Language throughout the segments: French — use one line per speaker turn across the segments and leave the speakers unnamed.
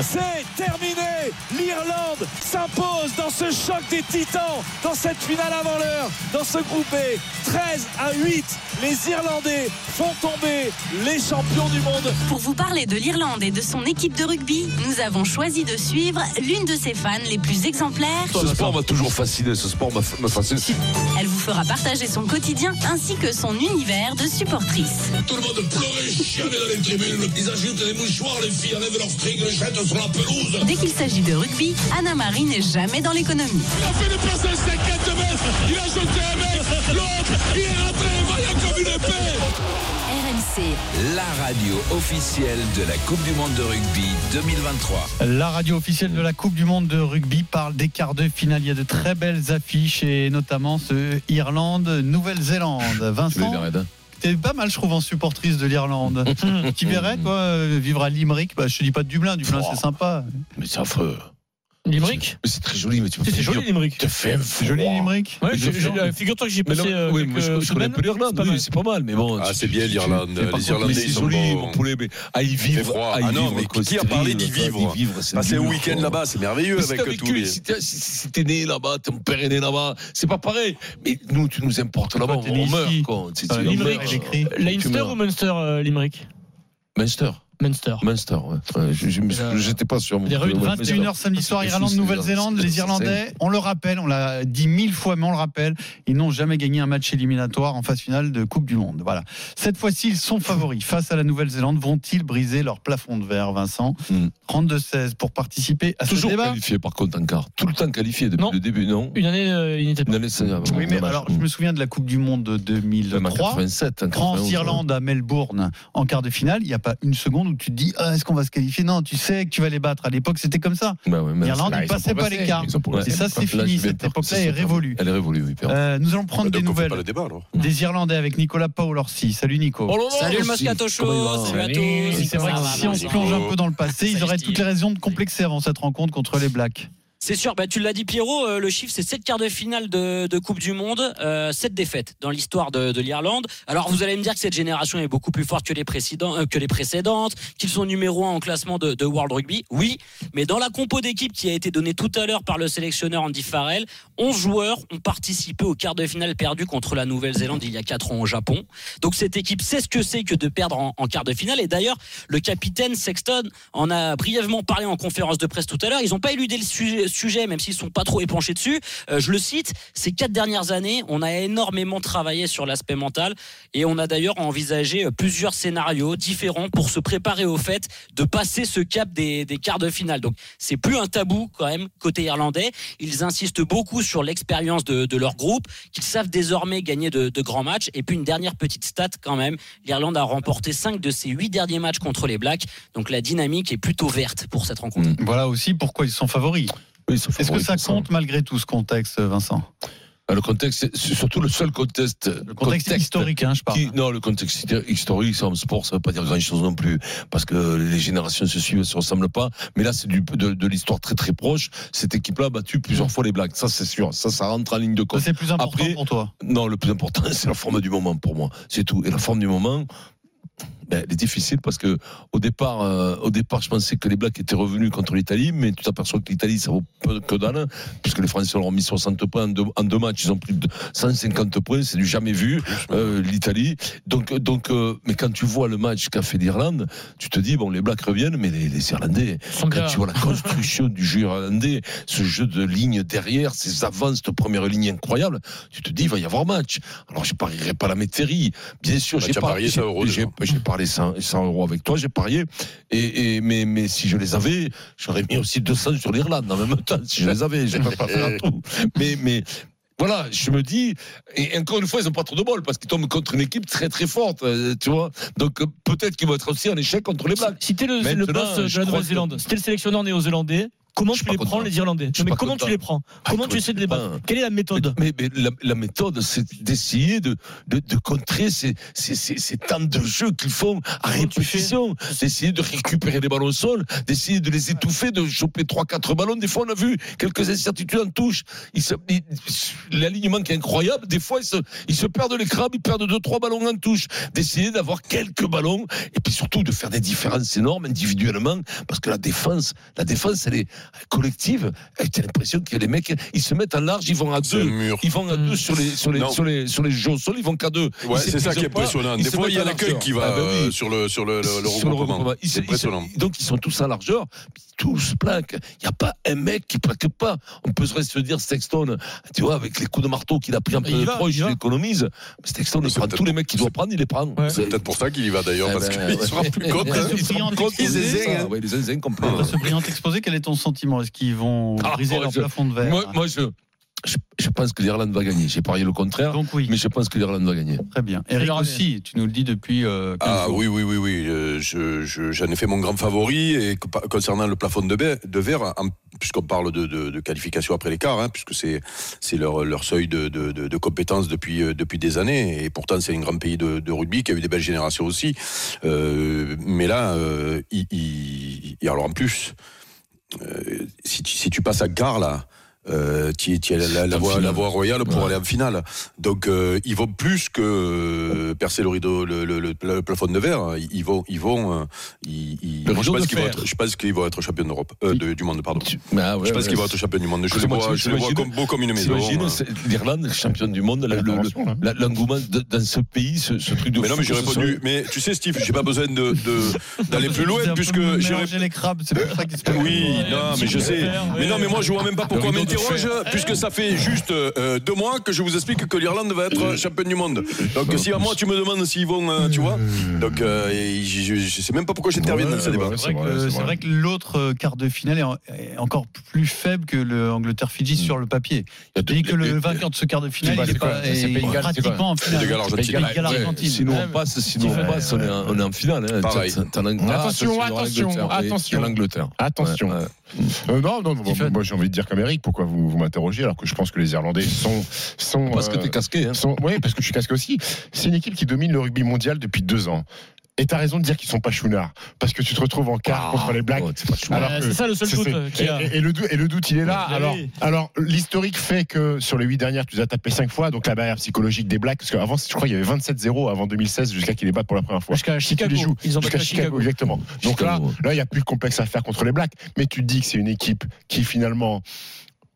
C'est terminé L'Irlande s'impose dans ce choc des titans, dans cette finale avant l'heure, dans ce groupe B. 13 à 8, les Irlandais font tomber les champions du monde.
Pour vous parler de l'Irlande et de son équipe de rugby, nous avons choisi de suivre l'une de ses fans les plus exemplaires.
Ce sport m'a toujours fasciné, ce sport m'a fasciné.
Elle vous fera partager son quotidien ainsi que son univers de supportrice.
Tout le monde pleurait, chialait dans les tribunes. Ils agitent les mouchoirs, les filles enlèvent leurs fringues, les chètes sur la pelouse.
Dès qu'il s'agit de rugby, Anna-Marie n'est jamais dans l'économie.
Il a fait le passage 50 mètres, il a jeté un mec, l'autre, il est rentré, vaillant comme une épée.
La radio officielle de la Coupe du Monde de rugby 2023.
La radio officielle de la Coupe du Monde de rugby parle des quarts de finale. Il y a de très belles affiches et notamment ce Irlande-Nouvelle-Zélande. Vincent
hein.
T'es pas mal, je trouve, en supportrice de l'Irlande.
Hmm.
tu verrais, toi, euh, vivre à Limerick bah, Je te dis pas de Dublin, Dublin,
Oh.
c'est sympa.
Mais c'est affreux.
Limerick
Mais c'est très joli, mais tu me
Si,
fais
c'est joli
dire-
Limerick.
Tu fais un froid.
Joli Limerick
Ouais,
je-
j'ai- j'ai-
je-
figure-toi que j'y ai
Mais
passé.
non,
euh,
oui,
quelques
moi, je, je connais un
semaines.
peu l'Irlande,
C'est pas
oui,
mal.
c'est pas mal, mais bon.
Ah,
tu-
c'est bien
tu-
l'Irlande.
tu-
Les Irlandais,
mais c'est
ils sont
joli,
bons.
mon poulet, mais à y
fait
vivre.
froid.
à y
Ah non,
vivre,
mais
quoi,
qui a
c'est
parlé
terrible,
d'y
quoi,
vivre
c'est
Passer un
dur,
week-end
quoi.
là-bas, c'est merveilleux
Mais si t'as
avec tous
vécu,
les.
si t'es- si- si t'es né là-bas, ton père est né là-bas, c'est pas pareil. Mais nous, tu nous importes là-bas,
Toi, t'es
on,
né
on meurt.
ici.
Quoi. C'est-
Ah,
c'est- on
Limerick,
meurt.
j'ai écrit.
Tu
Leinster
meurs.
ou Munster, euh, Limerick
Munster.
Munster.
Munster, ouais. Ouais, je- je me suis-
Euh,
J'étais pas sûr. mon
les rues de
poulet, ouais, Munster.
21h samedi soir,
Mais si,
Irlande,
c'est-
Nouvelle-Zélande,
c'est-
les
c'est-
Irlandais, on le rappelle, on l'a dit mille fois, mais on le rappelle, ils n'ont jamais gagné un match éliminatoire en phase finale de Coupe du Monde. Voilà. Cette fois-ci, ils sont favoris face à la Nouvelle-Zélande. Vont-ils briser leur plafond de verre, Vincent
Hmm.
32-16 pour participer à ce
Toujours
débat.
qualifié par contre en quart. Tout le temps qualifié depuis
Non.
le début, non
Une année, euh, il n'était pas.
Une année, c'est-
Oui, mais
dommage.
alors, je me souviens de la Coupe du Monde de
Même en
2003.
87, en 91,
France-Irlande à Melbourne en quart de finale, il n'y a pas une seconde où tu te dis Ah, est-ce qu'on va se qualifier Non, tu sais que tu vas les battre. À l'époque, c'était comme ça.
ouais. Bah ouais, mais-
L'Irlande,
Bah,
ils
ils ont
passaient pas
progressé,
les quarts.
ils ont progressé.
Et ça, c'est
Là, je
fini.
vais
Cette
perdre.
époque-là
C'est
est
ça,
révolue.
Elle est révolue, oui. pardon.
Euh, nous allons prendre
Bah,
des
donc, on fait pas
nouvelles
le débat alors.
des Irlandais avec Nicolas Paolorsi. Salut Nico.
Salut le Moscato Show,
salut à
Et
tous.
c'est vrai
Oh, Ça
que
va,
si on se
Nico.
plonge un peu dans le passé, ils
Salut,
auraient
Steve.
toutes les raisons de complexer avant cette rencontre contre les Blacks.
C'est sûr, bah, tu l'as dit Pierrot, euh, le chiffre c'est 7 quarts de finale de, de Coupe du Monde, euh, 7 défaites dans l'histoire de, de l'Irlande. Alors vous allez me dire que cette génération est beaucoup plus forte que les, précédents, euh, que les précédentes, qu'ils sont numéro 1 en classement de, de World Rugby, oui, mais dans la compo d'équipe qui a été donnée tout à l'heure par le sélectionneur Andy Farrell, 11 joueurs ont participé au quart de finale perdu contre la Nouvelle-Zélande il y a 4 ans au Japon. Donc cette équipe sait ce que c'est que de perdre en, en quart de finale. Et d'ailleurs, le capitaine Sexton en a brièvement parlé en conférence de presse tout à l'heure. Ils n'ont pas éludé le sujet, sujet, même s'ils sont pas trop épanchés dessus. Euh, je le cite, ces quatre dernières années, on a énormément travaillé sur l'aspect mental et on a d'ailleurs envisagé euh, plusieurs scénarios différents pour se préparer au fait de passer ce cap des, des quarts de finale. Donc c'est plus un tabou quand même côté irlandais. Ils insistent beaucoup sur l'expérience de, de leur groupe, qu'ils savent désormais gagner de, de grands matchs. Et puis une dernière petite stat quand même, l'Irlande a remporté 5 de ses 8 derniers matchs contre les Blacks. Donc la dynamique est plutôt verte pour cette rencontre.
Mm.
Voilà aussi pourquoi ils sont favoris.
Oui, ils sont
Est-ce que
favoris
ça
pour
compte malgré tout ce contexte, Vincent
Ah, Le contexte, c'est- c'est surtout le seul contexte.
Le contexte, historique, hein, je parle.
Qui, non, le contexte historique, ça, en sport, ça ne veut pas dire grand-chose non plus, parce que les générations se suivent, se ressemblent pas. Mais là, c'est du- de, de l'histoire très très proche. Cette équipe-là a battu plusieurs fois les Blacks, ça c'est sûr. Ça, ça rentre en ligne de
Ça,
compte.
C'est plus important
Après-
pour toi.
Non, le plus important, c'est la forme du moment pour moi. C'est tout. Et la forme du moment, ben, elle est difficile parce que au départ, euh, au départ, je pensais que les Blacks étaient revenus contre l'Italie, mais tu t'aperçois que l'Italie, ça vaut peu que dalle, puisque les Français leur ont mis 60 points en deux, en deux matchs. Ils ont plus de 150 points, c'est du jamais vu. euh, L'Italie. Donc, donc, euh, mais quand tu vois le match qu'a fait l'Irlande, tu te dis bon, les Blacks reviennent, mais les, les Irlandais,
Ah,
Son
quand
bah,
gars.
tu vois la construction du jeu irlandais, ce jeu de ligne derrière, ces avances, cette première ligne incroyable, tu te dis, il va y avoir match. Alors, je parierai pas la métairie. Bien sûr,
Bah,
j'ai
tu as
par-
parié
j'ai-
100 euros
j'ai- j'ai parlé 100, 100 euros avec toi, j'ai parié. Et, et- mais, mais si je les avais, j'aurais mis aussi 200 sur l'Irlande en même temps, si je les avais. Je ne pas faire tout. Mais, mais Voilà, je me dis, et encore une fois, ils n'ont pas trop de bol parce qu'ils tombent contre une équipe très très forte, euh, tu vois. Donc euh, peut-être qu'ils vont être aussi en échec contre les Blacks.
Si t'es le, le
Maintenant,
boss
je
de la
crois que-
Nouvelle-Zélande, si t'es le sélectionneur néo-zélandais, comment
Je suis
tu
pas
les prends
content.
hein.
les Irlandais
Je suis
Non mais
pas
comment tu
content.
les prends
Ah,
Comment
comment
tu essaies de les
tu les
battre
bats
Quelle est la méthode
Mais, mais la, la méthode, c'est d'essayer de, de, de contrer ces, ces, ces, ces temps de jeu qu'ils font à répétition, d'essayer de récupérer des ballons au sol, d'essayer de les étouffer, de choper 3-4 ballons. Des fois, on a vu quelques incertitudes en touche. Ils se- ils- L'alignement qui est incroyable, des fois, ils se, ils se perdent les crabes, ils perdent 2-3 ballons en touche. D'essayer d'avoir quelques ballons et puis surtout de faire des différences énormes individuellement parce que la défense, la défense, elle est collective. Et T'as l'impression que les mecs, ils se mettent en large, ils vont à
C'est un
deux.
mur.
Ils vont à deux sur les sur les
Non.
sur les sur les jeux au sol, ils vont qu'à deux.
Ouais,
Ils
c'est ça
s'épuisent
qui est
pas,
impressionnant.
ils
Des
se
fois, il y a
mettent
la
en
queue
largeur.
qui va
Ah ben
euh,
oui.
sur le sur le, le- le
Sur
regroupement.
Ils se-
C'est
ils se-
impressionnant.
donc ils sont tous à largeur, puis tous plaquent. Il n'y a pas un mec qui plaque pas. On peut se dire Sexton, tu vois, avec les coups de marteau qu'il a pris un peu
Il
de
va,
proche,
il
il
va.
économise. Mais Sexton,
Mais
il
c'est
prend
peut-être-
tous les mecs qu'il doit prendre, il les prend.
Ouais.
C'est peut-être pour ça qu'il y va d'ailleurs
Eh
parce
ben,
qu'il
ouais.
se rend plus compte. hein.
Ils se prend compte
qu'ils
Oui,
zinzin,
ça,
hein.
ouais, les zinzins complets.
Après ce brillant exposé, quel est ton sentiment Est-ce qu'ils vont
Ah,
briser
moi,
leur
je-
plafond de verre
Moi, moi, je, je, je pense que l'Irlande va gagner. J'ai parié le contraire,
Donc oui,
mais je pense que l'Irlande va gagner.
très bien. Eric
leur année.
aussi, tu nous le dis depuis euh, 15
Ah
jours.
oui, oui, oui, oui. euh, je- je- J'en ai fait mon grand favori. Et co- pa- concernant le plafond de, baie- de verre, en- puisqu'on parle de, de- de qualification après l'écart, hein, puisque c'est c'est leur, leur seuil de, de, de- de compétences depuis, euh, depuis des années. Et pourtant, c'est un grand pays de, de rugby qui a eu des belles générations aussi. Euh, mais là, euh, il- il- et alors en plus, euh, si, tu, si tu passes à Gare, là, euh, tu tu as la, la- la
En
voie,
finale.
la voie royale pour
Ouais.
aller en finale. Donc, euh, ils vont plus que euh, percer le rideau, le, le- le- le plafond de verre. Ils vont, ils vont, euh, ils- ils-
Le
moi, je
rideau
pense
de
qu'ils vont
fer.
être, je pense qu'ils vont être champions d'Europe, euh, de- du monde, pardon.
Tu- mais ah ouais,
je pense
ouais,
qu'ils vont être champions du monde. Je les
Comment
vois,
tu-
je les vois
t'imagines-
comme, beau comme une maison.
T'imagines,
hein.
c'est- l'Irlande, championne du monde, le- le-
Attention, là.
la- l'engouement de- dans ce pays, ce, ce truc de.
Mais non,
fou
mais j'ai
que ce
répondu. Mais tu sais, Steve, j'ai pas besoin de- de- d'aller plus
Ils ont
loin
un peu
puisque j'ai
mélangé les crabes, c'est pour ça qu'ils se prennent.
Oui,
Ouais,
non,
un petit
mais je
peu
sais.
faire,
Mais
ouais.
non, mais moi, je vois même pas pourquoi on
Le rideau de
m'interroge, puisque ça fait juste euh, deux mois que je vous explique que l'Irlande va être championne du monde. Donc, si à moi, tu me demandes s'ils vont, euh, tu vois. Donc, euh, et je, je- je sais même pas pourquoi j'interviens dans ce débat.
Ouais,
C'est vrai, que- Euh, c'est vrai que l'autre euh, quart de finale est en- est encore plus faible que
Mm.
l'Angleterre-Fidji sur le papier.
soit-
Je dis que le vainqueur de ce quart de finale,
quoi,
il est
c'est quoi,
pas,
c'est
est
Pays de Galles, c'est
pratiquement en
C'est
finale.
de Galles
Pays de
Argentine.
Galles.
Pays de Galles,
Ouais,
Argentine.
Sinon
Ouais,
on passe, sinon on
Stephen.
passe, on est en, on est en finale. hein.
Pareil.
T'as- t'as l'Angleterre,
Attention,
t'as
attention,
l'Angleterre, oui,
attention.
t'as l'Angleterre.
Attention.
Ouais, ouais.
Euh, non, non, moi,
Stéphane.
moi, j'ai envie de dire comme Eric, pourquoi vous, vous m'interrogez alors que je pense que les Irlandais sont. sont
Parce que
euh,
t'es casqué. hein.
sont- ouais, parce que je suis casque aussi. C'est une équipe qui domine le rugby mondial depuis deux ans. Et t'as raison de dire qu'ils sont pas chounards. Parce que tu te retrouves en quart contre les Blacks.
Ouais, t'es pas chou.
Alors
Euh,
que-
c'est ça le seul
c'est-
doute,
c'est-
euh, qu'il y a.
Et, et- et le dou- et le doute, il est là.
Ouais,
alors,
oui.
alors l'historique fait que sur les huit dernières, tu les as tapé cinq fois. Donc la barrière psychologique des Blacks, parce qu'avant, je crois, il y avait 27-0 avant 2016 jusqu'à qu'ils les battent pour la première fois.
Jusqu'à
Si tu
Chicago.
les joues,
Ils ont
jusqu'à
battu à
Chicago,
Chicago.
exactement. Donc euh, là,
Chicago, ouais.
là, il n'y a plus de complexe à faire contre les Blacks. Mais tu te dis que c'est une équipe qui finalement.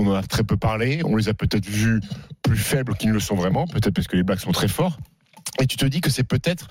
On en a très peu parlé, on les a peut-être vus plus faibles qu'ils ne le sont vraiment, peut-être parce que les Blacks sont très forts. Et tu te dis que c'est peut-être.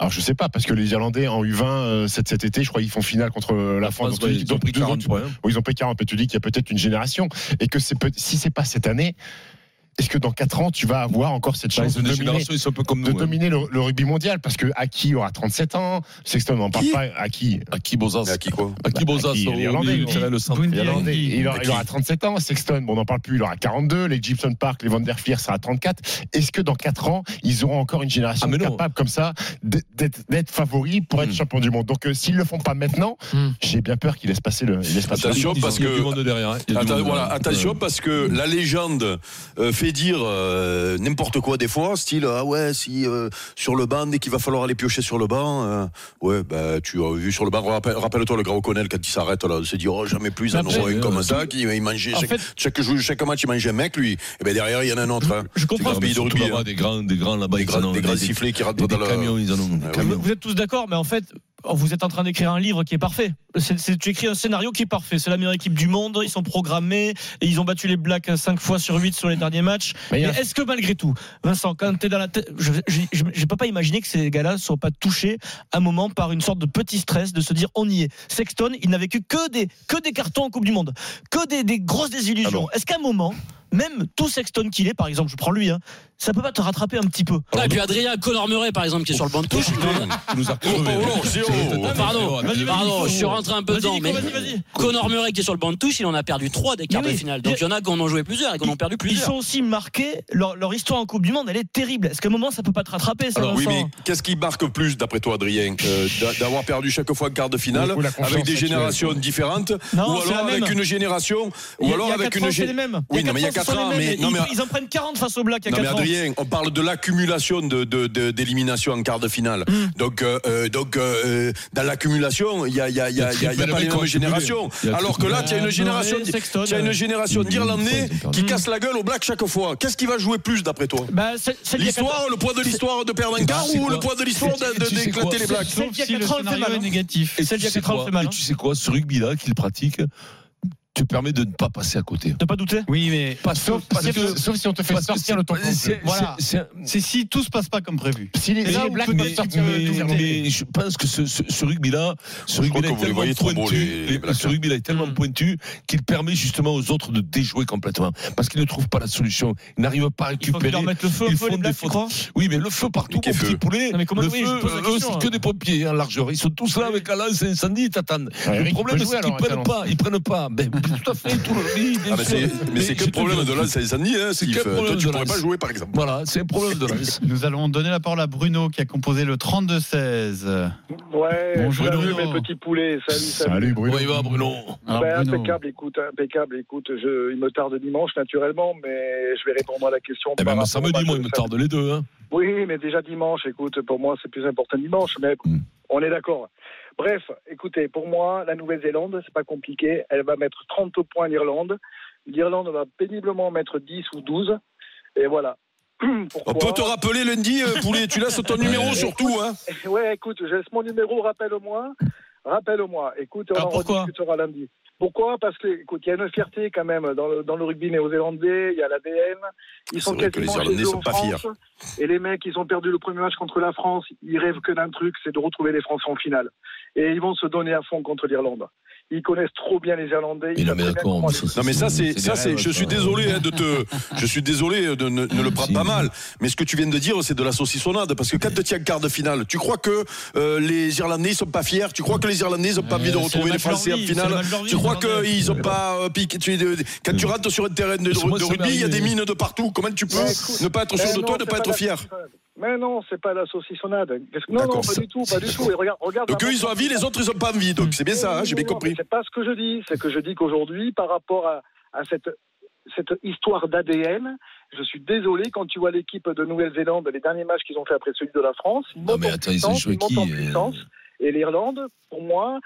Alors je sais pas, parce que les Irlandais en U20 euh, cet, cet été, je crois, ils font finale contre la, France.
ouais,
Donc, tu dis-
ils ont
donc,
pris
deux-
40
tu-
points. hein.
oui, ils ont pris 40, mais tu dis qu'il y a peut-être une génération. Et que c'est peut- si c'est pas cette année, est-ce que dans 4 ans, tu vas avoir encore cette
Bah,
chance
Ils ont
de
des
dominer,
générations, ils sont un peu comme
de
nous. hein.
dominer le, le rugby mondial Parce que Aki aura 37 ans, Sexton n'en parle
Qui
pas, Aki.
À qui Bozas
Mais à qui, quoi
À qui Bozas
Bah, Aki,
au
l'Irlandais,
milieu
il
du terrain, le centre.
Bundy,
Irlandais,
Bundy.
il, aura,
Aki.
il aura 37 ans, Sexton, bon, on n'en parle plus, il aura 42, les Gibson Park, les Van der Fier, ça aura 34. Est-ce que dans 4 ans, ils auront encore une génération
Ah, mais non.
capable comme ça d'être- d'être d'être favoris pour être
Hmm.
champion du monde Donc euh, s'ils le font pas maintenant,
Hmm.
j'ai bien peur qu'ils laissent passer le. ils laissent passer le-
Attention, parce
Il y a
que-
du monde derrière, hein. Il y a du
Atta-
monde
voilà,
derrière.
attention parce que la légende euh, fait dire euh, n'importe quoi des fois, style ah ouais si euh, sur le banc dès qu'il va falloir aller piocher sur le banc, euh, ouais bah tu as vu sur le banc, rappelle- rappelle-toi le grand O'Connell quand il s'arrête là, de se dire oh jamais plus un
Mais après-
Norvégien comme ça qui il mangeait
En
chaque,
fait-
chaque jour- chaque match il mangeait un mec lui, et ben derrière il y en a un autre, hein.
Je comprends.
C'est
Non,
un
mais
pays de
surtout
rugby,
là-bas,
hein.
des grands, des grands là-bas,
des
ils
grands,
en ont
des grands
des-
sifflets qui rentrent
des-
dans
des
leur
camions, ils en ont. des
Ah oui.
camions.
Vous êtes tous d'accord, mais en fait, oh, vous êtes en train d'écrire un livre qui est parfait. C'est c'est- tu écris un scénario qui est parfait. C'est la meilleure équipe du monde. Ils sont programmés et ils ont battu les Blacks 5 fois sur 8 sur les derniers matchs.
Mais il y
Mais
a-
est-ce que malgré tout, Vincent, quand t'es dans la tête, je, je, je- je peux pas imaginer que ces gars-là soient pas touchés un moment par une sorte de petit stress de se dire on y est. Sexton, il n'a vécu que des que des cartons en Coupe du Monde, que des, des grosses désillusions.
Ah bon
Est-ce qu'à un moment même tout Sexton qu'il est, par exemple, je prends lui, hein, ça peut pas te rattraper un petit peu.
Ah, et puis Adrien Conor Murray, par exemple, qui est sur le banc de touche.
nous a crevé.
Pardon,
Vas-y, vas-y,
pardon,
Nico.
je suis rentré un peu
Vas-y,
dedans.
Nico,
Mais
vas-y, vas-y.
Conor Murray qui est sur le banc de touche, il en a perdu trois des quarts de finale. Donc il y en a qui en ont joué plusieurs et qui en ont perdu
Ils
plusieurs.
sont aussi marqués, leur, leur histoire en Coupe du Monde, elle est terrible. Est-ce qu'à un moment, ça peut pas te rattraper ça,
Alors, oui, mais
Vincent
qu'est-ce qui marque plus, d'après toi, Adrien euh, d'a- D'avoir perdu chaque fois un quart de finale
Ou la confiance
avec des
actuelle.
générations différentes
Non,
Ou
c'est la
alors avec
même.
une génération
Il y
Ou
a- il
alors
y a
avec
quatre
une
ans, c'est
gé-
les mêmes.
Oui, non, mais il y a
quatre ans, ce
4
sont
ans.
les mêmes.
Mais,
Ils-
non, mais,
Ils en prennent 40 face au Black il y a
non, mais
4 ans.
Adrien, on parle de l'accumulation de- de- de- d'élimination en quart de finale.
Mm.
Donc, euh, euh, donc euh, dans l'accumulation, il n'y a, il y a, il y a, il y a- il y a
Triple
pas les
American
mêmes
cumulé.
générations.
Il y a
Alors que
Triple
là, tu as une
American.
génération,
Murray, Sexton,
tu as une
euh,
génération d'Irlandais qui
Mm.
casse la gueule au Black chaque fois. Qu'est-ce qui va jouer plus, d'après toi
Bah, celle- celle d'il y a
L'histoire,
quatre-
le poids de l'histoire de perdre un quart
Eh ben, C'est
ou
quoi
le poids de l'histoire
C'est-
de- de-
tu sais
d'éclater
quoi
les Blacks
Celle d'il y a
si le
quatre ans, elle fait
scénario
mal,
est
hein.
négatif.
Et
Celle d'il
tu,
y a
sais
4 ans, elle
quoi
fait mal.
Et
hein.
tu sais quoi Ce rugby-là qu'il pratique te permet de ne pas passer à côté.
De pas douter
Oui, mais
Pas
Sauf,
parce que-
sauf si on te fait
parce que
sortir
c'est-
le temps qu'on
c'est-
peut.
Voilà.
c'est- c'est-
c'est si tout se passe pas comme prévu.
Si les,
Mais
si
là,
les
on
Blacks
peut-
peuvent
mais,
sortir
mais-
le temps
mais je pense que ce, ce- ce rugby-là, ce
Je crois
rugby-là
que
est
vous les
tellement
voyez trop
pointu,
beaux, les- les
les-
Blacks.
ce rugby-là est tellement pointu qu'il permet justement aux autres de déjouer complètement parce qu'ils ne trouvent pas la solution, ils n'arrivent pas
Il
à
faut qu'ils
récupérer.
leur mettent le feu un peu,
Ils font
les
des
Blacks, tu
fautes.
crois
Oui, mais le feu partout,
Mais quel
mon petit
feu
poulet.
Non, mais comment-
le
oui,
feu,
je pose la
eux,
question,
c'est
hein.
que des pompiers en largeur. Ils sont tous là avec la lance et incendie, ils t'attendent.
Ouais,
le
Eric
problème,
peut jouer,
c'est qu'ils
alors,
prennent
à
pas. Ils prennent pas. Ben, tout à fait, tout le oui, bien
Ah, mais
sûr.
c'est- mais c'est
je
que
te
le problème
dis-
de l'Anse Alessandri, hein,
C'est
Steve.
que le problème
Toi, tu
de
pourrais
l'Anse.
pas jouer, par exemple.
Voilà, c'est un problème de lance.
Nous allons donner la parole à Bruno qui a composé le 32-16.
Ouais,
Bonjour,
salut
Bruno.
mes
hein.
petits poulets, salut, salut.
Salut Bruno.
Bon, il va, Bruno.
Eh Ah,
Alors,
Ben,
Bruno,
impeccable, écoute, impeccable, écoute, je, il me tarde dimanche naturellement, mais je vais répondre à la question.
Eh
par
ben,
rapport
ça
au
me dit,
match
moi,
de
il me
samedi.
tarde les deux. Hein.
Oui, mais déjà dimanche, écoute, pour moi c'est plus important dimanche, mais
Mm.
on est d'accord. Bref, écoutez, pour moi, la Nouvelle-Zélande, c'est pas compliqué, elle va mettre 30 points à l'Irlande, l'Irlande va péniblement mettre 10 ou 12, et voilà.
On
Pourquoi
peut te rappeler lundi, euh, Poulet. Tu laisses ton numéro surtout. Hein.
Ouais, écoute, je laisse mon numéro, rappelle-moi. Rappelle-moi. Écoute, on
Alors
en
pourquoi
rediscutera lundi. Pourquoi Parce que, écoute, il y a une fierté quand même dans le, dans le rugby néo-zélandais, il y a l'ADN. Ils sont
C'est vrai que les
quasiment
Irlandais
chez eux
sont
en
pas
France. Et les mecs, ils ont perdu le premier match contre la France. Ils rêvent que d'un truc, c'est de retrouver les Français en finale. Et ils vont se donner à fond contre l'Irlande. Ils connaissent trop bien les Irlandais.
Mais
ils
non,
savent
mais
très bien
d'accord.
comment
mais
les-
Non mais ça c'est
des
ça c'est
rêves,
je suis
ça.
désolé hein, de te je suis désolé de ne, ne le prendre
Si.
pas mal mais ce que tu viens de dire c'est de la saucissonnade parce que quand tu tiens quart de finale tu crois que euh, les Irlandais ils sont pas fiers tu crois que les Irlandais ils ont pas
Euh,
envie
c'est
de
le
retrouver
match
les Français
de
en
leur vie, c'est le
finale
match de leur vie,
tu crois
les Irlandais.
que ils ont pas euh, piqué- tu- de- quand tu rentres sur un terrain de, de
Parce que moi, ça m'est
rugby il y a des
arrivé.
mines de partout comment tu peux
Ouais, écoute.
ne pas être sûr
Eh
de toi ne
non, c'est
pas être
la
fier
saucissonnade. Mais non, c'est pas la saucissonnade. Qu'est-ce que- Non,
D'accord,
non,
ça-
pas du tout, pas du
c'est-
tout. Et regarde, regarde.
donc
la
eux ils ont envie les autres ils ont pas envie donc c'est bien
Oui,
ça hein,
oui,
j'ai
mais
bien
non, mais
compris
C'est pas ce que je dis. C'est que je dis qu'aujourd'hui, par rapport à, à cette, cette histoire d'ADN, je suis désolé quand tu vois l'équipe de Nouvelle-Zélande, les derniers matchs qu'ils ont fait après celui de la France. Ils
Non,
montent
mais
en
attends, ils ont
puissance,
joué
ils montent en
qui, euh,
puissance. Et l'Irlande, pour moi,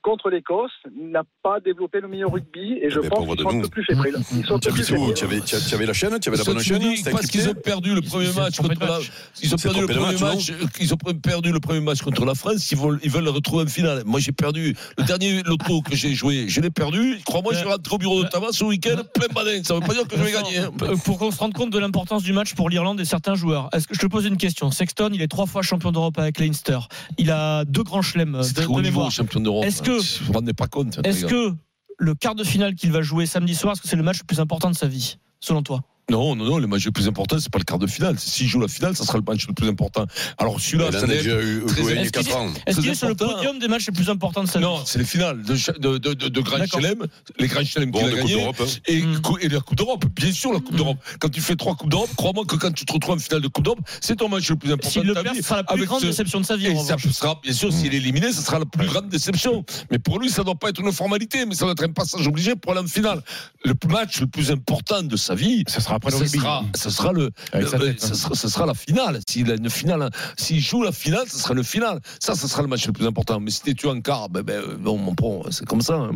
contre l'Écosse, n'a pas développé le meilleur rugby.
Ah,
Et je
ben,
pense
pauvre
qu'ils
de
sont un
nous.
peu plus fébriles. Ils sont un peu
tu
plus
avais, où
fébriles.
tu avais, tu avais- tu avais la chaîne tu avais la
Ça,
bonne
tu
chaîne hein,
dis
C'était
parce
équipé
qu'ils ont perdu le
Ils-
premier
ils se
match
trompent de
contre la
match.
ils ont
C'est
perdu le
trompé de
premier
match,
match euh, ils ont perdu le premier match contre la France ils veulent ils veulent le retrouver en finale moi j'ai perdu le dernier loto que j'ai joué je l'ai perdu crois-moi je suis rentré au bureau de tabac ce week-end plein badin ça veut pas dire que je vais gagner hein.
Euh, Pour qu'on se rende compte de l'importance du match pour l'Irlande et certains joueurs, est-ce que je te pose une question Sexton, il est trois fois champion d'Europe avec Leinster. Il a deux grands chelems euh,
c'est
de,
très haut
de
niveau hein.
mémoire.
champion d'Europe
Est-ce que-
vous vous rendez pas compte hein, les
Est-ce
gars.
que le quart de finale qu'il va jouer samedi soir, est-ce que c'est le match le plus important de sa vie, selon toi
non non non le match le plus important c'est pas le quart de finale s'ils jouent la finale ça sera le match le plus important alors celui-là
Elle en
ça
a
n'est-
déjà eu
très-
joué il y a
Est-ce
quatre
qu'il-
ans
Est-ce
C'est
qu'il est sur le
important.
podium des matchs les plus importants de sa vie
non c'est les finales de cha- de de, de, de Grand
D'accord.
Chelem les Grand Chelem
bon
qu'il a
de Coupe
gagné
d'Europe hein.
et,
Mm.
Hmm.
cou- et la Coupe d'Europe. Bien sûr, la Coupe d'Europe. Quand tu fais trois Coupes d'Europe, crois-moi que quand tu te retrouves en finale de Coupe d'Europe, c'est ton match le plus important
S'il
de
le
ta
perd,
vie.
ce sera la plus
Avec
grande
ce-
déception de sa vie. en
Et ça
revanche.
sera, bien sûr,
Hmm.
s'il est éliminé, ça sera la plus grande déception. Mais pour lui, ça doit pas être une formalité, mais ça doit être un passage obligé pour aller en finale. Le match le plus important de sa vie,
Ça sera après le
ce
rugby.
sera, ce sera le,
Avec
le-
sa tête,
ce
hein.
sera, ce sera la finale. S'il a une finale, s'il joue la euh, finale, ce sera le finale. Ça, ce sera le match le plus important. Mais si t'es tué en quart, ben, ben, bon, bon, bon, c'est comme ça. hein.